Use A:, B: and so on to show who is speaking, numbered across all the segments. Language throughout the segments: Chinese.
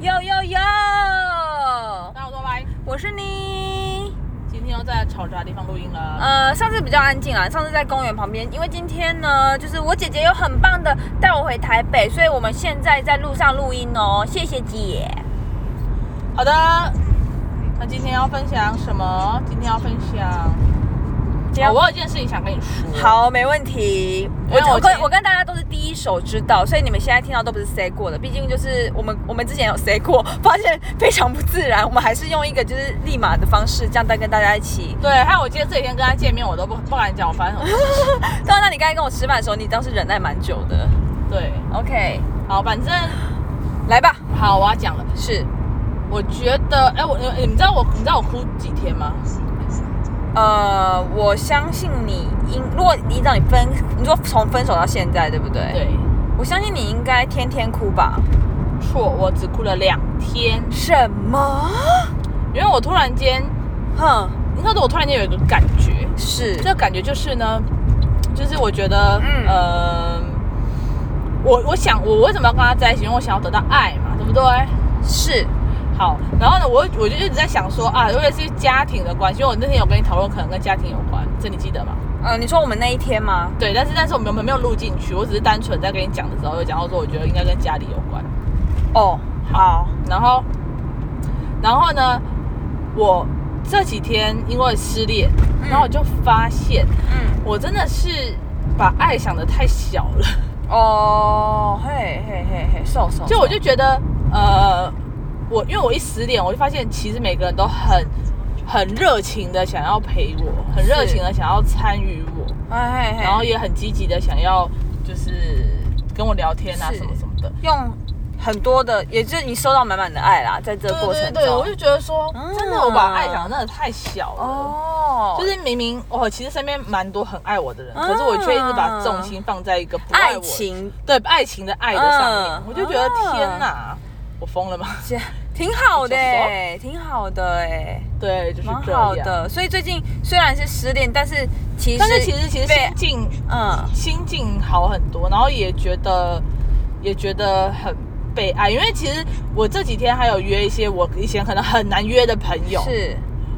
A: 哟哟哟！
B: 大家多来，
A: 我是你。
B: 今天又在吵杂的地方录音了。
A: 呃，上次比较安静啦，上次在公园旁边，因为今天呢，就是我姐姐有很棒的带我回台北，所以我们现在在路上录音哦，谢谢姐。
B: 好的，那今天要分享什么？今天要分享，
A: 天要
B: 哦我有一件事情想跟你说。，
A: 好，没问题。我
B: 那我
A: 我跟
B: 先
A: 我跟大家都是第一手知道，所以你们现在听到都不是 say 过的，毕竟就是我们我们之前有 say 过，发现非常不自然，我们还是用一个就是立马的方式，这样再跟大家一起。
B: 对，还有我今天这几天跟他见面，我都不不敢讲我发生 什么事。
A: 对啊，那你刚才跟我吃饭的时候，你倒是忍耐蛮久的。
B: 对，
A: OK，
B: 好，反正
A: 来吧，
B: 好，我要讲了。
A: 是。
B: 我觉得，哎、我你你知道我你知道我哭几天吗？
A: 呃，我相信你应，如果你让你分，你说从分手到现在，对不对？。
B: 对，
A: 我相信你应该天天哭吧？
B: 错，我只哭了两天，
A: 什么？
B: 因为我突然间，
A: 哼，
B: 你看，我突然间有一个感觉，
A: 是。
B: 这个感觉就是呢，就是我觉得，
A: 嗯
B: 嗯，我我想我为什么要跟他在一起？因为我想要得到爱嘛，对不对？
A: 是。
B: 好，然后呢，我我就一直在想说啊，因为是家庭的关系，因为我那天有跟你讨论，可能跟家庭有关，这你记得吗？
A: 呃，你说我们那一天吗？
B: 对，但是但是我们我们没有录进去，我只是单纯在跟你讲的时候，有讲到说我觉得应该跟家里有关。
A: 哦，好，
B: 然后，然后呢，我这几天因为失恋，
A: 嗯
B: 然后我就发现
A: 嗯，
B: 我真的是把爱想的太小了，
A: 哦，嘿嘿嘿嘿，瘦瘦，
B: 就我
A: 瘦
B: 就觉得，呃，我因为我一失恋，我就发现其实每个人都很很热情的想要陪我，很热
A: 是
B: 情的想要参与我，
A: 哎嘿嘿，
B: 然后也很积极的想要就是跟我聊天啊
A: 是
B: 什么什么的。
A: 用很多的，也就是你收到满满的爱啦，在这个过程中，啊
B: 对对对，我就觉得说，真的我把爱想的真的太小了。
A: 哦，
B: 就是明明我其实身边蛮多很爱我的人，
A: 啊
B: 可是我却一直把重心放在一个不爱
A: 爱
B: 我的
A: 情
B: 对爱情的爱的上面，
A: 嗯
B: 我就觉得
A: 啊
B: 天哪，我疯了吗？
A: 这挺好的、
B: 你
A: 欸，挺好的、欸，
B: 对，就是
A: 蛮
B: 这
A: 好
B: 样。
A: 的。所以最近虽然是失恋，但是其实
B: 但是其实其实
A: 被
B: 心境
A: 嗯
B: 心境好很多，然后也觉得也觉得很被爱，因为其实我这几天还有约一些我以前可能很难约的朋友，
A: 是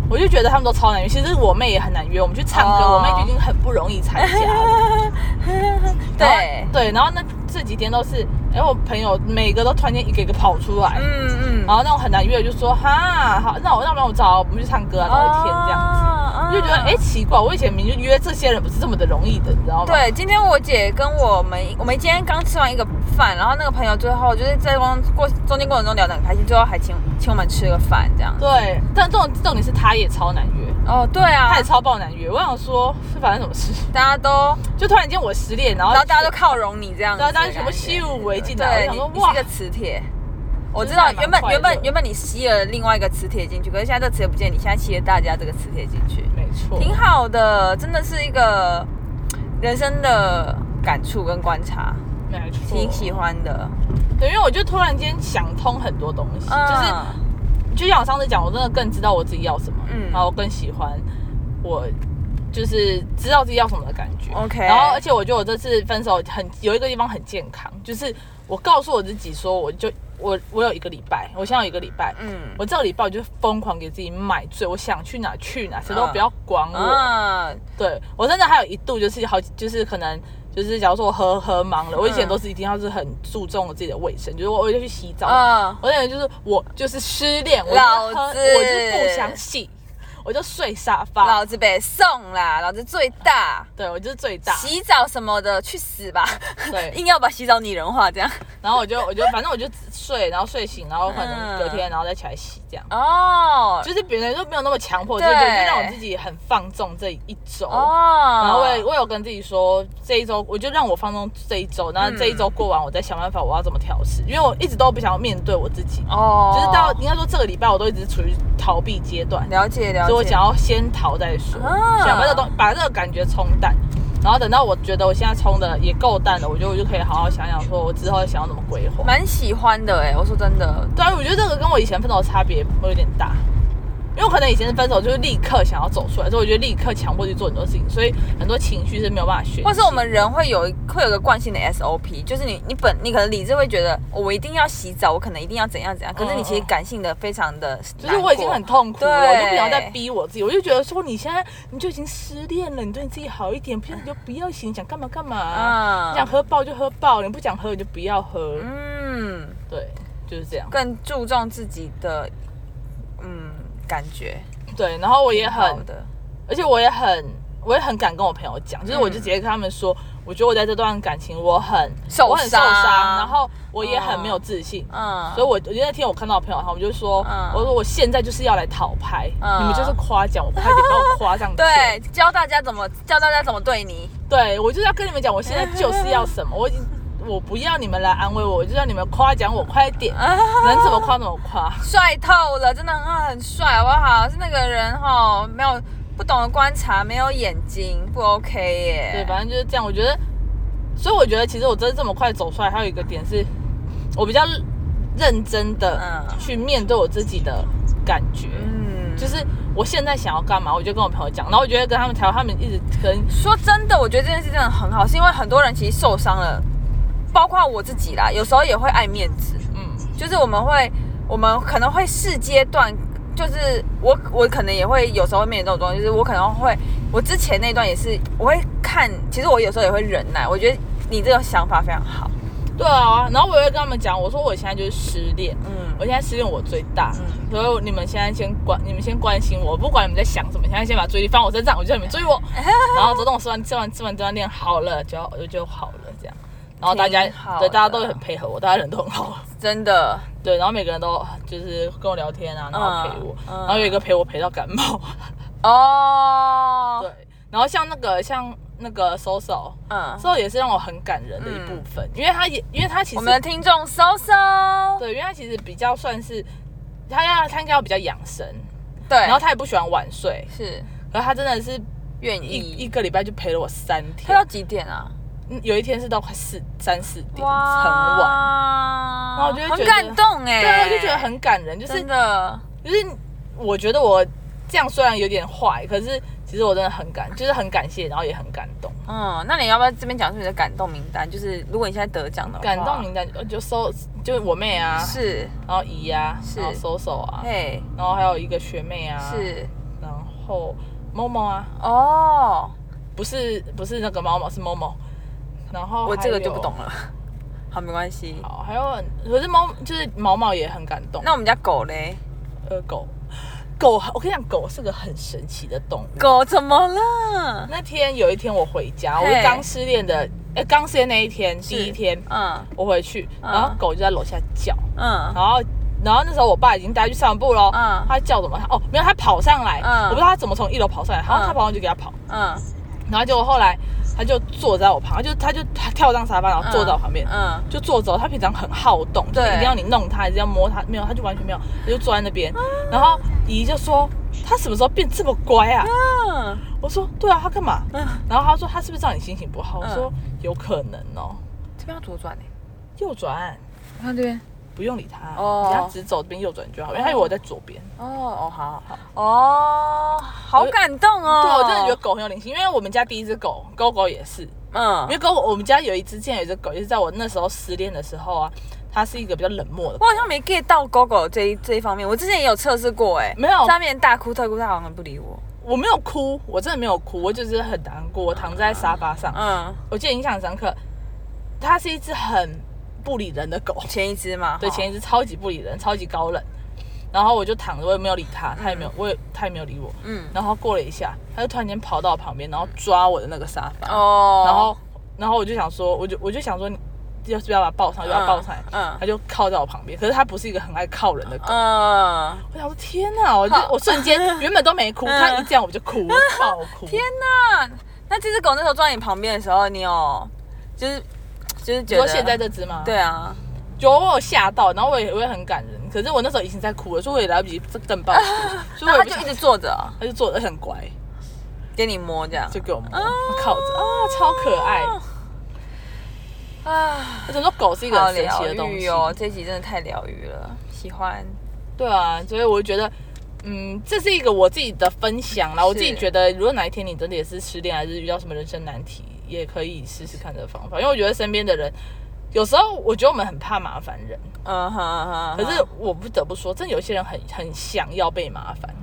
B: 我就觉得他们都超难约。其实我妹也很难约，我们去唱歌，
A: 哦
B: 我妹就已经很不容易 参加了。
A: 对
B: 然后，对，然后那这几天都是，哎，我朋友每个都突然间一个一个跑出来，
A: 嗯嗯，
B: 然后那哦种很难约的就说哈，好，那我要不然我找我们去唱歌啊，找一天这样，
A: 样
B: 我就觉
A: 嗯
B: 得哎、诶奇怪，我以前明明就约这些人不是这么的容易的，你知道吗？，
A: 对，今天我姐跟我们，我们今天刚吃完一个饭，然后那个朋友最后就是在光过中间过程中聊得很开心，最后还请请我们吃个饭这样。
B: 对，但重重点是他也超难约，
A: 哦，对啊
B: 他，也超爆难约。我想说是发生什么事，
A: 大家都，
B: 就突然间我失恋，然后
A: 然后大家都靠拢你这样子
B: 然
A: 的感觉，
B: 后大家啊全部吸入围进来，
A: 对，
B: 我想
A: 你
B: 说
A: 你是
B: 哇
A: 一，个磁铁。我
B: 就
A: 知
B: 是
A: 道
B: 还蛮
A: 原本
B: 快
A: 原本
B: 乐
A: 原本你吸了另外一个磁铁进去，可是现在这磁铁不见，你现在吸了大家这个磁铁进去，
B: 没错，
A: 挺好的，真的是一个人生的感触跟观察，
B: 没错，
A: 挺喜欢的。
B: 对，因为我就突然间想通很多东西，就是
A: 嗯
B: 就像我上次讲，我真的更知道我自己要什么，
A: 嗯
B: 然后更喜欢我，就是知道自己要什么的感觉。
A: OK
B: 然后而且我觉得我这次分手很有一个地方很健康，就是我告诉我自己说，我就我我有一个礼拜，我现在有一个礼拜，
A: 嗯
B: 我这个礼拜我就疯狂给自己买醉，我想去哪去哪，谁都不要管我。
A: 嗯，
B: 对我真的还有一度就是好，就是可能。就是假如说我喝喝忙了，我
A: 嗯
B: 以前都是一定要是很注重我自己的卫生，就是我我就去洗澡，
A: 嗯，
B: 我感觉就是我就是失恋，我
A: 老
B: 就喝
A: 子
B: 我就是不想洗，我就睡沙发，
A: 老子被送啦，老子最大。
B: 对我就是最大，
A: 洗澡什么的，去死吧！
B: 对，
A: 硬要把洗澡拟人化，这样。
B: 然后我就我就反正我就睡，然后睡醒，然后可
A: 嗯
B: 能隔天然后再起来洗这样。
A: 哦，
B: 就是别人就没有那么强迫，就
A: 对
B: 就就让我自己很放纵这一周。
A: 哦，
B: 然后我也我有跟自己说，这一周我就让我放纵这一周，然后这一
A: 嗯
B: 周过完，我再想办法我要怎么调试，因为我一直都不想要面对我自己，
A: 哦，
B: 就是到应该说这个礼拜我都一直处于逃避阶段。
A: 了解了解，
B: 所以我想要先逃再说，
A: 啊
B: 想把这个东把这个感觉冲淡，然后等到我觉得我现在冲的也够淡了，我就我就可以好好想想，说我之后想要怎么规划。
A: 蛮喜欢的哎、我说真的，
B: 对啊，我觉得这个跟我以前分手的差别会有点大，因为我可能以前分手就是立刻想要走出来，所以我觉得立刻强迫去做很多事情，所以很多情绪是没有办法宣泄。
A: 或是我们人会有会有个惯性的 SOP，就是你你本你可能理智会觉得、哦我一定要洗澡，我可能一定要怎样怎样，可是你其实
B: 嗯嗯
A: 感性的非常的，
B: 就是我已经很痛苦了，我
A: 对
B: 就不想再逼我自己，我就觉得说你现在你就已经失恋了，你对你自己好一点，不要你就不要行，想干嘛干嘛，
A: 啊
B: 你想喝爆就喝爆，你不想喝你就不要喝，
A: 嗯，
B: 对，就是这样。
A: 更注重自己的嗯感觉，
B: 对，然后我也
A: 挺好
B: 很，
A: 的，
B: 而且我也很，我也很敢跟我朋友讲，就是我就直接跟他们说，我觉得我在这段感情我很
A: 嗯受
B: 我很受
A: 伤
B: 伤，然后我也很没有自信，
A: 嗯，
B: 所以我我那天我看到我朋友，他们就说，
A: 嗯
B: 我说我现在就是要来讨拍，
A: 嗯
B: 你们就是夸奖我，快点把我夸上去。
A: 对，教大家怎么教大家怎么对你，
B: 对我就是要跟你们讲，我现在就是要什么，我已经我不要你们来安慰我，我就让你们夸奖我，快点，
A: 嗯
B: 能怎么夸怎么夸。
A: 帅透了，真的很很帅，好不好？是那个人哈，没有不懂得观察，没有眼睛，不 OK 耶。
B: 对，反正就是这样。我觉得，所以我觉得其实我真的这么快走出来，还有一个点是，我比较认真的
A: 嗯
B: 去面对我自己的感觉，
A: 嗯，
B: 就
A: 就是
B: 是我现在想要干嘛，我就跟我朋友讲，然后我觉得跟他们调，他们一直可能
A: 说真的，我觉得这件事真的很好，是因为很多人其实受伤了，包括我自己啦，有时候也会爱面子，
B: 嗯
A: 就是我们会，我们可能会试阶段，就是我我可能也会有时候会面临这种状况，就是我可能会，我之前那段也是，我会看，其实我有时候也会忍耐，我觉得你这个想法非常好，
B: 对啊，然后我也会跟他们讲，我说我现在就是失恋。
A: 嗯
B: 我现在失恋我最大，
A: 嗯
B: 所以你们现在先关，你们先关心我，不管你们在想什么，现在先把注意力放我身上，我就让你 们追我。然后等我吃完吃完吃完这段恋好了，就要我就好了这样。然后大家
A: 挺好
B: 对
A: 的
B: 大家都很配合我，大家人都很好，
A: 真的，
B: 对，然后每个人都就是跟我聊天啊，然后陪我，
A: 嗯嗯
B: 然后有一个陪我陪到感 冒，
A: 哦，
B: 对，，然后像那个像那个 so so
A: 嗯，
B: so 也是让我很感人的一部分，因为他也因为他其
A: 我
B: 实
A: 们的听众搜搜，
B: 对，因为他其实比较算是他要他应该要比较养生，
A: 对，
B: 然后他也不喜欢晚睡，
A: 是
B: 然后他真的是
A: 愿
B: 一一
A: 意，
B: 个礼拜就陪了我三
A: 嗯他要
B: 天，
A: 几点啊？
B: 嗯有一天是到快四三四点，很
A: 哇，
B: 晚。
A: 然
B: 后我就会
A: 很
B: 觉得
A: 感动哎、
B: 对啊，我就觉得很感人，就是
A: 真的，
B: 就是，我觉得我这样虽然有点坏，可是其实我真的很感，就是很感谢，然后也很感动。
A: 嗯，那你要不要这边讲出你的感动名单？就是如果你现在得奖的话，
B: 感动名单呃就搜，就是我妹啊，
A: 是，
B: 然后姨啊，
A: 是
B: 然后搜搜啊，
A: 嘿，
B: 然后还有一个学妹啊，，
A: 是，
B: 然后某某啊，
A: 哦，
B: 不是不是那个某某，是某某。然后
A: 我这个
B: 哦还有
A: 就不懂。了， 好，没关系。
B: 好，还有很可是猫就是毛毛也很感动。
A: 那我们家狗嘞？
B: 呃，狗，狗，我跟你讲，狗是个很神奇的动物。
A: 狗怎么了？
B: 那天有一天我回家，
A: 嘿
B: 我是刚失恋的，哎，刚失恋那一天，第一天
A: 嗯
B: 我回去，
A: 嗯
B: 然后狗就在楼下叫，
A: 嗯，
B: 然后。然后那时候我爸已经带它去散步喽，
A: 嗯
B: 它叫什么？哦，没有，它跑上来，
A: 嗯
B: 我不知道它怎么从一楼跑上来，然后它
A: 嗯
B: 跑上去给它跑，
A: 嗯，
B: 然后结果后来它就坐在我旁，它就它就它跳上沙发，然后坐在我旁边，
A: 嗯，
B: 就坐着，他平常很好动，就
A: 对
B: 是一定要你弄他，一定要摸他，没有，他就完全没有，他就坐在那边。
A: 啊
B: 然后姨就说：“他什么时候变这么乖啊
A: 嗯，？”
B: 我说：“对啊，他干嘛
A: 嗯，？”
B: 然后他说：“他是不是让你心情不好？”我
A: 嗯
B: 说：“有可能哦。
A: 这边要左转嘞，”
B: 右转，
A: 我看这边。
B: 不用理他，
A: 哦
B: 你要直走这边右转就好，因为他以为我在左边。
A: 哦哦，好好好，哦，好感动哦。
B: 对，我真的觉得，狗很有灵性，因为我们家第一只狗，狗狗也是，因
A: 嗯，
B: 为狗我们家有一只，之前有一只狗，也是在我那时候失恋的时候啊，它是一个比较冷漠的狗
A: 我。好像没 get 到狗狗这一这一方面，我之前也有测试过，哎，
B: 没有
A: 在那边大哭特哭，它好像不理我。
B: 我没有哭，我真的没有哭，我就是很难过，
A: 啊
B: 我躺在沙发上。
A: 嗯，
B: 我记得印象很深刻，它是一只很不理人的狗，
A: 前一只嘛，
B: 对，
A: 哈
B: 前一只超级不理人，超级高冷。然后我就躺着，我也没有理它，它也没有，我也它也没有理我。
A: 嗯，
B: 然后过了一下，它就突然间跑到我旁边，然后抓我的那个沙发，
A: 哦，
B: 然后然后我就想说，我就我就想说，你要是不要把它抱上，就要抱上来。
A: 嗯
B: 它就靠在我旁边，可是它不是一个很爱靠人的狗。
A: 嗯，
B: 我想说，天哪！我就
A: 好嗯
B: 我瞬间原本都没哭，它一这样我就哭，我爆哭。
A: 天哪！那这只狗那时候坐在你旁边的时候，你有就是就是
B: 你
A: 觉
B: 说
A: 得
B: 现在这只吗？，
A: 对啊，
B: 就我有吓到，然后我也我也很感人。可是我那时候已经在哭了，所以我也来不及 正抱哭，所以
A: 那
B: 我
A: 它
B: 也不
A: 就一
B: 想
A: 直坐着哦，
B: 他就坐的很乖，
A: 给你摸这样
B: 就给我摸，靠着啊，超可爱。
A: 哦啊，
B: 我只能说狗是一个
A: 好
B: 很神
A: 疗
B: 奇的东
A: 愈
B: 西，
A: 哦！这集真的太疗愈了，喜欢。
B: 对啊，所以我就觉得嗯，这是一个我自己的分享啦。我自己
A: 是
B: 觉得，如果哪一天你真的也是失恋，还是遇到什么人生难题，也可以试试看这个方法，因为我觉得身边的人。有时候我觉得我们很怕麻烦人，
A: 嗯哼哼，
B: 可是我不得不说，真的有些人很很想要被麻烦。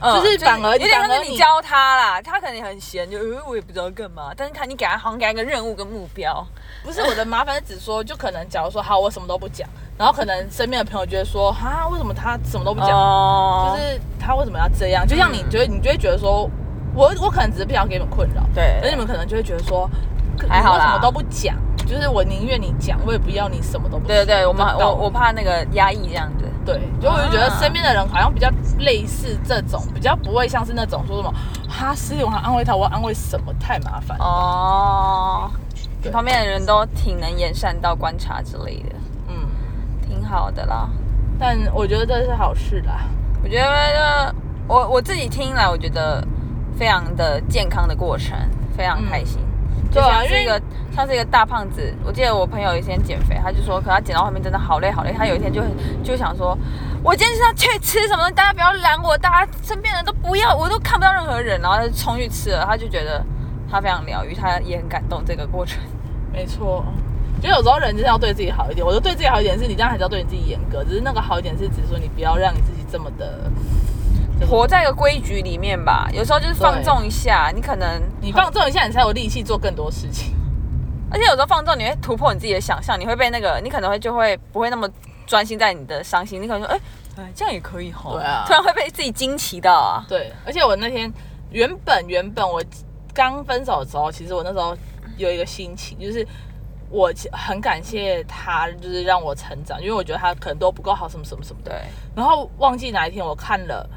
A: 嗯
B: 就是反而
A: 有点像
B: 反而
A: 是你
B: 你
A: 教他啦，他可能也很闲，就呃我也不知道干嘛，但是他你给他好像给他一个任务跟目标，
B: 不是我的麻烦，只说就可能，假如说好，我什么都不讲，然后可能身边的朋友就会说，哈，为什么他什么都不讲？
A: 哦
B: 就是他为什么要这样？就像你
A: 嗯
B: 觉得，你就会觉得说，我我可能只是不想给你们困扰，
A: 对
B: 而你们可能就会觉得说，可
A: 还好
B: 你
A: 啦
B: 为什么都不讲？就是我宁愿你讲，我也不要你什么都不说。
A: 对对对，我们
B: 知道
A: 我我怕那个压抑这样子，
B: 对，就我就觉得
A: 啊
B: 身边的人好像比较类似这种，比较不会像是那种说什么，哈，失恋我还安慰他，我要安慰什么？太麻烦。
A: 哦，
B: 对
A: 旁边的人都挺能言善道、观察之类的，
B: 嗯，
A: 挺好的啦。
B: 但我觉得这是好事啦。
A: 我觉得我我自己听来，我觉得非常的健康的过程，非常开心。就
B: 对啊
A: 像是一
B: 因为
A: 个像是一个大胖子，我记得我朋友有一天减肥，他就说，可他减到后面真的好累好累。他有一天就就想说，我今天是要去吃什么东西，大家不要拦我，大家身边人都不要，我都看不到任何人，然后他就冲去吃了。他就觉得他非常疗愈，他也很感动这个过程。
B: 没错，就有时候人真的要对自己好一点。我觉得对自己好一点是你这样还是要对你自己严格，只是那个好一点是指说你不要让你自己这么的，就是
A: 活在一个规矩里面吧，有时候就是放
B: 对
A: 纵一下，你可能
B: 你放纵一下，你才有力气做更多事情。
A: 而且有时候放纵，你会突破你自己的想象，你会被那个，你可能会就会不会那么专心在你的伤心，你可能说，哎、哎，这样也可以哈。
B: 对啊
A: 突然会被自己惊奇到啊。
B: 对，而且我那天原本原本我刚分手的时候，其实我那时候有一个心情，就是我很感谢他，就是让我成长，因为我觉得他可能都不够好，什么什么什么的。
A: 对，
B: 然后忘记哪一天我看了，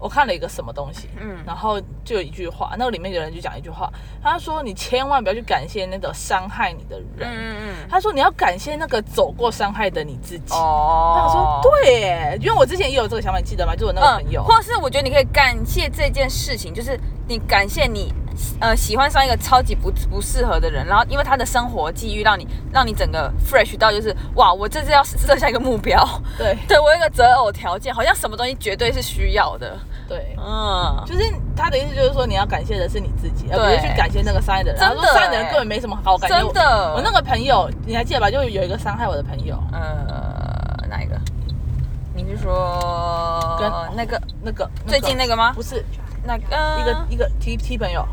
B: 我看了一个什么东西，
A: 嗯
B: 嗯，然后就有一句话，那个里面有人就讲一句话，他说你千万不要去感谢那个伤害你的
A: 嗯
B: 人，
A: 嗯嗯。
B: 他说你要感谢那个走过伤害的你自己。
A: 哦。嗯
B: 他说对耶，因为我之前也有这个想法，你记得吗？就我那个朋友，
A: 或是我觉得你可以感谢这件事情，就是你感谢你，呃，喜欢上一个超级不不适合的人，然后因为他的生活际遇让你让你整个 fresh 到，就是哇，我这次要设下一个目标，
B: 对
A: 对我有一个择偶条件，好像什么东西绝对是需要的，
B: 对，
A: 嗯，
B: 就是他的意思就是说，你要感谢的是你自己，而不是去感谢那个伤害的人。
A: 真
B: 他
A: 的
B: 说伤害的人根本没什么好感谢。
A: 真的
B: 我，我那个朋友，你还记得吧？就有一个伤害我的朋友，
A: 呃，哪一个？你是说
B: 跟
A: 那个
B: 那个
A: 最近那个吗
B: 不是
A: 那个
B: 一
A: 呃
B: 个一个 T T 朋友，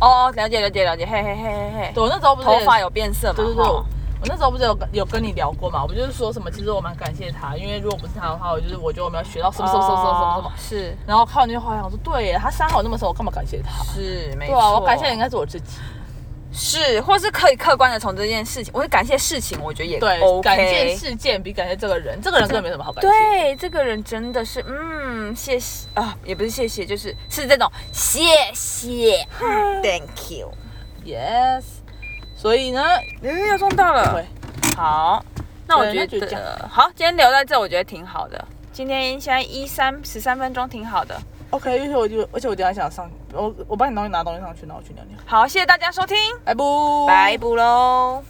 A: 哦，了解了解了解，嘿嘿嘿嘿嘿，
B: 对我那时候不是
A: 头
B: 也
A: 发有变色嘛？
B: 对对对，
A: 哦
B: 我我那时候不是有跟有跟你聊过嘛？我不就是说什么，其实我蛮感谢他，因为如果不是他的话，我就是我觉得我们要学到什么什么什么什么什么什
A: 哦
B: 么。
A: 是
B: 然后看完那句话，我想说，对耶，他伤害我那么深，我干嘛感谢他？
A: 是没
B: 对
A: 错，
B: 啊，我感谢的应该是我自己。
A: 是，或是可以客观的从这件事情，我会感谢事情，我觉得也
B: 对
A: OK。
B: 感谢事件比感谢这个人，这个人根本没什么好感谢。
A: 对，这个人真的是，嗯，谢谢啊，也不是谢谢，就是是这种谢谢
B: 嗯
A: ，Thank you。
B: Yes，所以呢，
A: 嗯，要中到了
B: 对，
A: 好，那我
B: 对
A: 觉
B: 那就这
A: 得好，今天留在这，我觉得挺好的。今天现在一三十三分钟，挺好的。
B: OK，而且我就而且我等一下想上，我我帮你东西拿东西上去，然后我去尿尿。
A: 好，谢谢大家收听，
B: 拜拜，
A: 拜拜喽。